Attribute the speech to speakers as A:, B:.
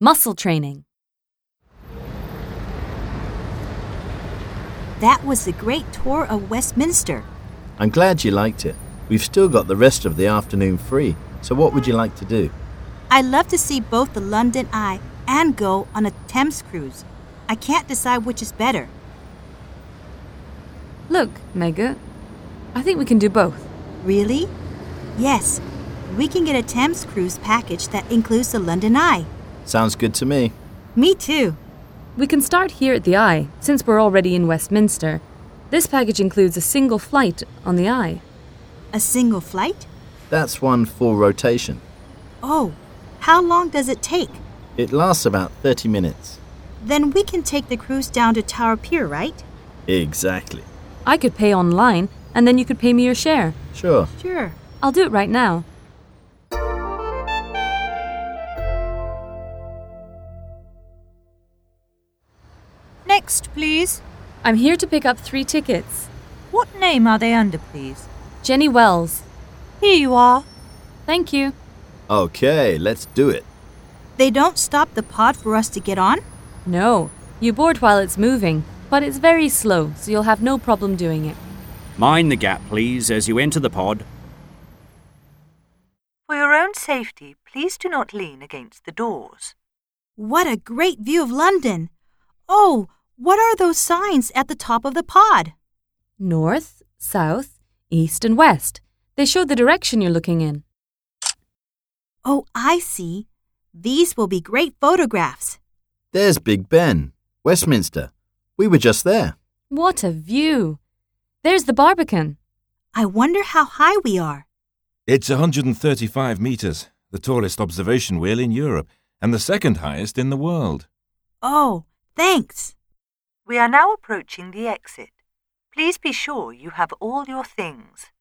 A: Muscle training.
B: That was the great tour of Westminster.
C: I'm glad you liked it. We've still got the rest of the afternoon free, so what would you like to do?
B: I love to see both the London Eye and go on a Thames cruise. I can't decide which is better.
D: Look, Mega, I think we can do both.
B: Really? Yes. We can get a Thames cruise package that includes the London Eye.
C: Sounds good to me.
B: Me too.
D: We can start here at the Eye, since we're already in Westminster. This package includes a single flight on the Eye.
B: A single flight?
C: That's one full rotation.
B: Oh, how long does it take?
C: It lasts about 30 minutes.
B: Then we can take the cruise down to Tower Pier, right?
C: Exactly.
D: I could pay online, and then you could pay me your share.
C: Sure.
B: Sure.
D: I'll do it right now.
E: Next, please.
D: I'm here to pick up three tickets.
E: What name are they under, please?
D: Jenny Wells.
E: Here you are.
D: Thank you.
C: Okay, let's do it.
B: They don't stop the pod for us to get on?
D: No, you board while it's moving, but it's very slow, so you'll have no problem doing it.
F: Mind the gap, please, as you enter the pod.
E: For your own safety, please do not lean against the doors.
B: What a great view of London! Oh, what are those signs at the top of the pod?
D: North, south, east, and west. They show the direction you're looking in.
B: Oh, I see. These will be great photographs.
C: There's Big Ben, Westminster. We were just there.
D: What a view! There's the Barbican.
B: I wonder how high we are.
G: It's 135 metres, the tallest observation wheel in Europe, and the second highest in the world.
B: Oh, thanks.
E: We are now approaching the exit. Please be sure you have all your things.